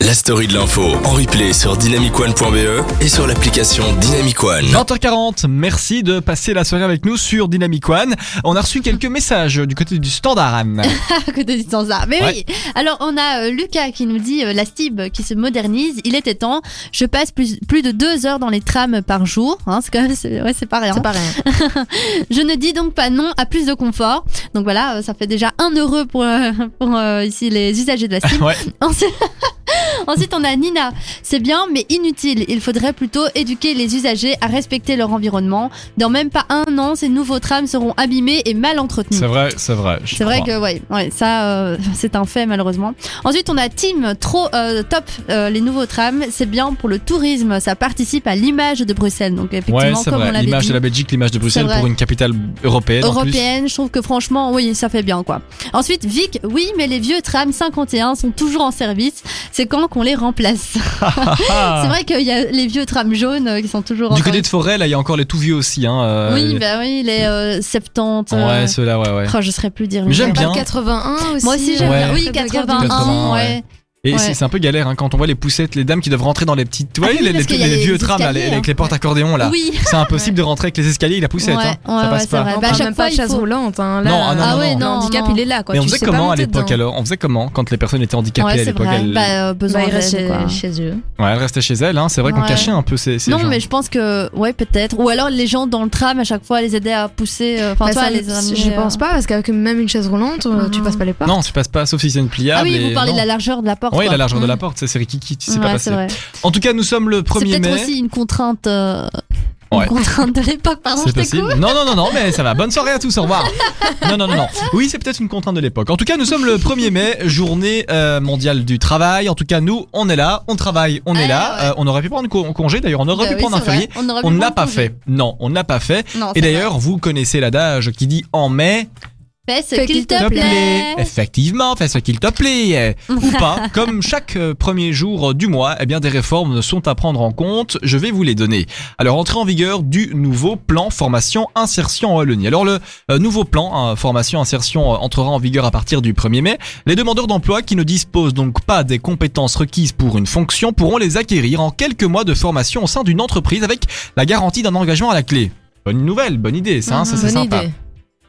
la story de l'info en replay sur dynamicone.be E et sur l'application Dynamic One. 20h40, merci de passer la soirée avec nous sur Dynamic One. On a reçu quelques messages du côté du standard Anne. à côté du Sansa. Mais Ouais. oui. Alors on a euh, Lucas qui nous dit euh, la STIB qui se modernise. Il était temps. Je passe plus, plus de deux heures dans les trams par jour. Hein, c'est quand même c'est, ouais, c'est pas rien. C'est pas rien. Je ne dis donc pas non à plus de confort. Donc voilà, euh, ça fait déjà un heureux pour euh, pour euh, ici les usagers de la STIB. Ouais. Ensuite, ensuite, on a Nina. C'est bien, mais inutile. Il faudrait plutôt éduquer les usagers à respecter leur environnement. Dans même pas un an, ces nouveaux trams seront abîmés et mal entretenus. C'est vrai, c'est vrai. je C'est vrai crois. que ouais, ouais ça euh, c'est un fait malheureusement. Ensuite on a Team trop euh, top euh, les nouveaux trams, c'est bien pour le tourisme, ça participe à l'image de Bruxelles. Donc Ouais, effectivement c'est comme on vrai. l'avait L'image dit, de la Belgique, l'image de Bruxelles vrai. pour une capitale européenne. en plus. européenne, je trouve que franchement oui, ça fait bien quoi. Ensuite Vic, oui, mais les vieux trams 51 sont toujours en service, c'est quand qu'on les remplace Ah. C'est vrai qu'il y a les vieux trams jaunes euh, qui sont toujours en Du côté service. de Forêt, là, il y a encore les tout vieux aussi. Hein. euh, Oui, bah oui, les euh, 70 euh, Ouais, ceux-là, ouais, ouais. oh, je serais plus dire Mais une j'aime date. bien. 81 aussi. euh, Moi aussi j'aime Ouais. bien. Oui, Près de la gare du 81, 81, ouais. ouais. Et Ouais. Ah c'est c'est un peu galère hein, quand on voit les poussettes, les dames qui doivent rentrer dans les petites. Tu vois, oui, les, parce les- qu'il y a les les vieux trams là, escaliers, hein. les- avec les portes accordéons là. Oui. C'est impossible de rentrer avec les escaliers et la poussette. Ouais, hein. ouais, ça ouais, passe c'est pas. vrai. Bah, On à parle chaque même fois, pas de il chaise faut- roulante. hein, Non, ah non, non, là, non. le handicap, Non, il est là. Quoi. Mais on tu faisait sais pas comment à monter l'époque dedans. alors On faisait comment quand les personnes étaient handicapées Ouais, à c'est l'époque vrai. elles... Bah, euh, Bah, besoin il reste d'aide, quoi. chez, chez eux. Ouais, elles restaient chez elles, hein. c'est vrai qu'on Ouais. cachait un peu ces, ces Non, gens. mais je pense que ouais, peut-être. Ou alors les gens dans le tram à chaque fois les aider à pousser. euh, Enfin, Bah, toi, ça, à les amener, je euh. pense pas, parce qu'avec même une chaise roulante, euh, tu Mhm. passes pas les portes. Non, tu passes pas, sauf si c'est une pliable. Ah oui, vous et- parlez de la non. largeur de la porte. Ouais, quoi. la largeur de la Mm. porte, ça, c'est Rikiki, tu sais pas Ouais, passé. c'est vrai. En tout cas, nous sommes le C'est 1er peut-être mai. aussi une contrainte, euh, Ouais. une contrainte de l'époque. Pardon, je C'est possible. t'écoute. Non, non, non, non, mais ça va. Bonne soirée à tous, au revoir. Non, non, non, non. Oui, c'est peut-être une contrainte de l'époque. En tout cas, nous sommes le 1er mai, journée euh, mondiale du travail. En tout cas, nous, on est là, on travaille, on est Ah, là. ouais. Euh, on aurait pu prendre con- congé, d'ailleurs, on aurait Bah pu oui, prendre un c'est vrai. férié. On aurait pu On ne l'a prendre pas congé. fait. Non, on ne l'a pas fait. Non, c'est Et d'ailleurs, vous connaissez l'adage qui dit en mai, vrai. fais ce Fais qu'il qu'il te te plaît. Effectivement, fais ce qu'il te plaît. Ou pas. Comme chaque euh, premier jour du mois, eh bien, des réformes sont à prendre en compte. Je vais vous les donner. Alors, entrée en vigueur du nouveau plan formation insertion en Wallonie. Alors, le euh, nouveau plan hein, formation insertion euh, entrera en vigueur à partir du 1er mai. Les demandeurs d'emploi qui ne disposent donc pas des compétences requises pour une fonction pourront les acquérir en quelques mois de formation au sein d'une entreprise avec la garantie d'un engagement à la clé. Bonne nouvelle, bonne idée, ça, hein, ça c'est Bonne sympa. idée.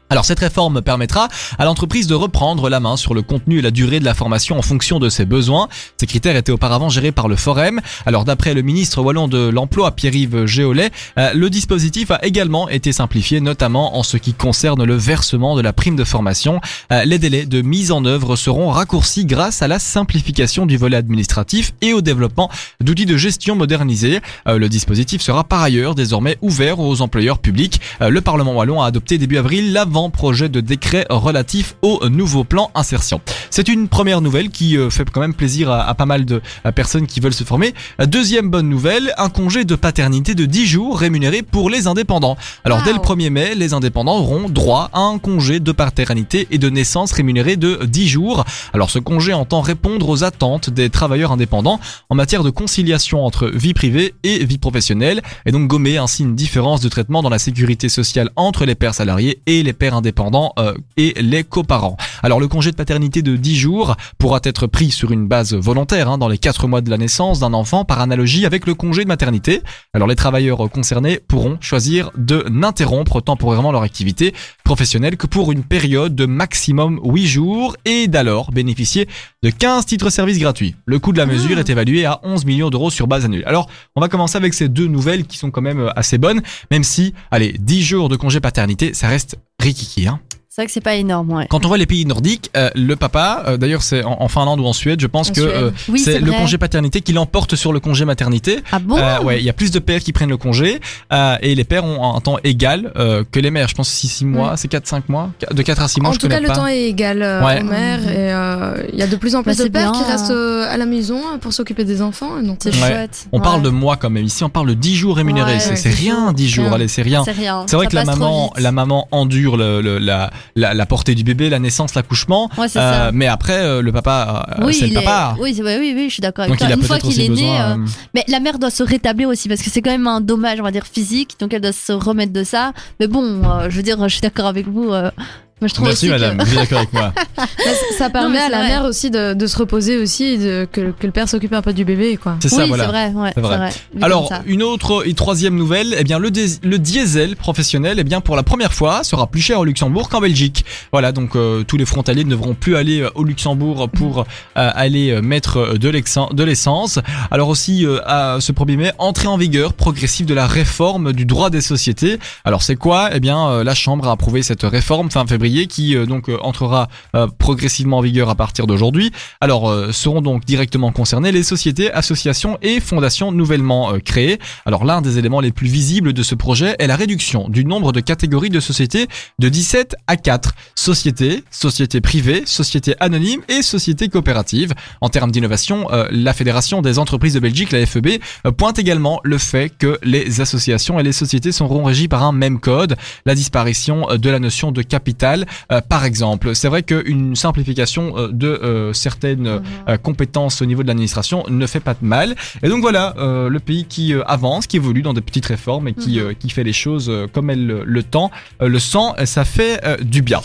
Alors cette réforme permettra à l'entreprise de reprendre la main sur le contenu et la durée de la formation en fonction de ses besoins. Ces critères étaient auparavant gérés par le Forem. Alors d'après le ministre wallon de l'Emploi Pierre-Yves Géolet, euh, le dispositif a également été simplifié, notamment en ce qui concerne le versement de la prime de formation. Euh, les délais de mise en œuvre seront raccourcis grâce à la simplification du volet administratif et au développement d'outils de gestion modernisés. Euh, le dispositif sera par ailleurs désormais ouvert aux employeurs publics. Euh, le Parlement wallon a adopté début avril l'avant-projet de décret relatif au nouveau plan insertion. C'est une première nouvelle qui euh, fait quand même plaisir à, à pas mal de à personnes qui veulent se former. Euh, Deuxième bonne nouvelle, un congé de paternité de 10 jours rémunéré pour les indépendants. Alors dès le Wow. 1er mai, les indépendants auront droit à un congé de paternité et de naissance rémunéré de 10 jours. Alors ce congé entend répondre aux attentes des travailleurs indépendants en matière de conciliation entre vie privée et vie professionnelle et donc gommer ainsi une différence de traitement dans la sécurité sociale entre les pères salariés et les pères indépendants euh, et les coparents. Alors le congé de paternité de 10 jours pourra être pris sur une base volontaire hein, dans les 4 mois de la naissance d'un enfant par analogie avec le congé de maternité. Alors les travailleurs concernés pourront choisir de n'interrompre temporairement leur activité professionnelle que pour une période de maximum 8 jours et d'alors bénéficier de 15 titres services gratuits. Le coût de la mesure est évalué à 11 millions d'euros sur base annuelle. Alors on va commencer avec ces deux nouvelles qui sont quand même euh, assez bonnes, même si, allez, 10 jours de congé paternité, ça reste rikiki. Hein. C'est vrai que c'est pas énorme, ouais. Quand on voit les pays nordiques, euh, le papa, euh, d'ailleurs c'est en, en Finlande ou en Suède, je pense En que Suède. euh, Oui, c'est c'est le vrai. congé paternité qui l'emporte sur le congé maternité. Ah bon Euh, ouais, il y a plus de pères qui prennent le congé euh, et les pères ont un temps égal euh, que les mères. Je pense 6 mois, c'est 4 5 mois, de 4 à 6 mois, en je tout connais cas, le pas. temps est égal euh, Ouais. aux mères. Et euh, il y a de plus en plus Bah, de c'est pères qui bien, restent euh. euh, à la maison euh, pour s'occuper des enfants. Donc, euh, C'est Ouais. chouette. On Ouais. parle de mois quand même. Ici, on parle de 10 jours rémunérés. Ouais, c'est ouais, c'est dix rien, jours. 10 jours. Rien. Allez, c'est rien. C'est rien. C'est vrai Ça que la passe trop maman, vite. la maman endure le, le- la, la, la portée du bébé, la naissance, l'accouchement. Ouais, c'est Euh, ça. mais après, euh, le papa, euh, c'est il le est- papa. Oui, c'est- ouais, oui, oui, je suis d'accord avec Donc toi. il a Une fois peut-être qu'il aussi est né, euh, besoin. euh, Mais la mère doit se rétablir aussi parce que c'est quand même un dommage, on va dire physique, donc elle doit se remettre de ça. Mais bon, euh, je veux dire, je suis d'accord avec vous. euh, Moi, je trouve Merci aussi madame, que- vous êtes d'accord avec moi. Bah, c- ça permet mais à c'est la vrai. mère aussi de, de se reposer aussi, et de, que, que le père s'occupe un peu du bébé, quoi. C'est oui, ça, voilà. c'est vrai. ouais, C'est vrai. c'est vrai, vu Alors, euh, comme ça. une autre et troisième nouvelle, eh bien, le, dés- le diesel professionnel, eh bien, pour la première fois, sera plus cher au Luxembourg qu'en Belgique. Voilà, donc euh, tous les frontaliers ne devront plus aller euh, au Luxembourg pour euh, aller euh, mettre euh, de l'exen- de l'essence. Alors aussi, euh, à ce 1er mai, entrée en vigueur progressive de la réforme du droit des sociétés. Alors c'est quoi Eh bien, euh, la Chambre a approuvé cette réforme fin février qui euh, donc euh, entrera euh, progressivement en vigueur à partir d'aujourd'hui. Alors euh, seront donc directement concernées les sociétés, associations et fondations nouvellement euh, créées. Alors l'un des éléments les plus visibles de ce projet est la réduction du nombre de catégories de sociétés de 17 à 4. Sociétés, sociétés privées, sociétés anonymes et sociétés coopératives. En termes d'innovation, euh, la Fédération des entreprises de Belgique, la FEB, euh, pointe également le fait que les associations et les sociétés seront régies par un même code, la disparition euh, de la notion de capital, euh, par exemple. C'est vrai qu'une simplification euh, de euh, certaines Mm-hmm. euh, compétences au niveau de l'administration ne fait pas de mal. Et donc voilà, euh, le pays qui euh, avance, qui évolue dans des petites réformes et qui, euh, qui fait les choses euh, comme elle euh, le temps, euh, le sent, ça fait euh, du bien.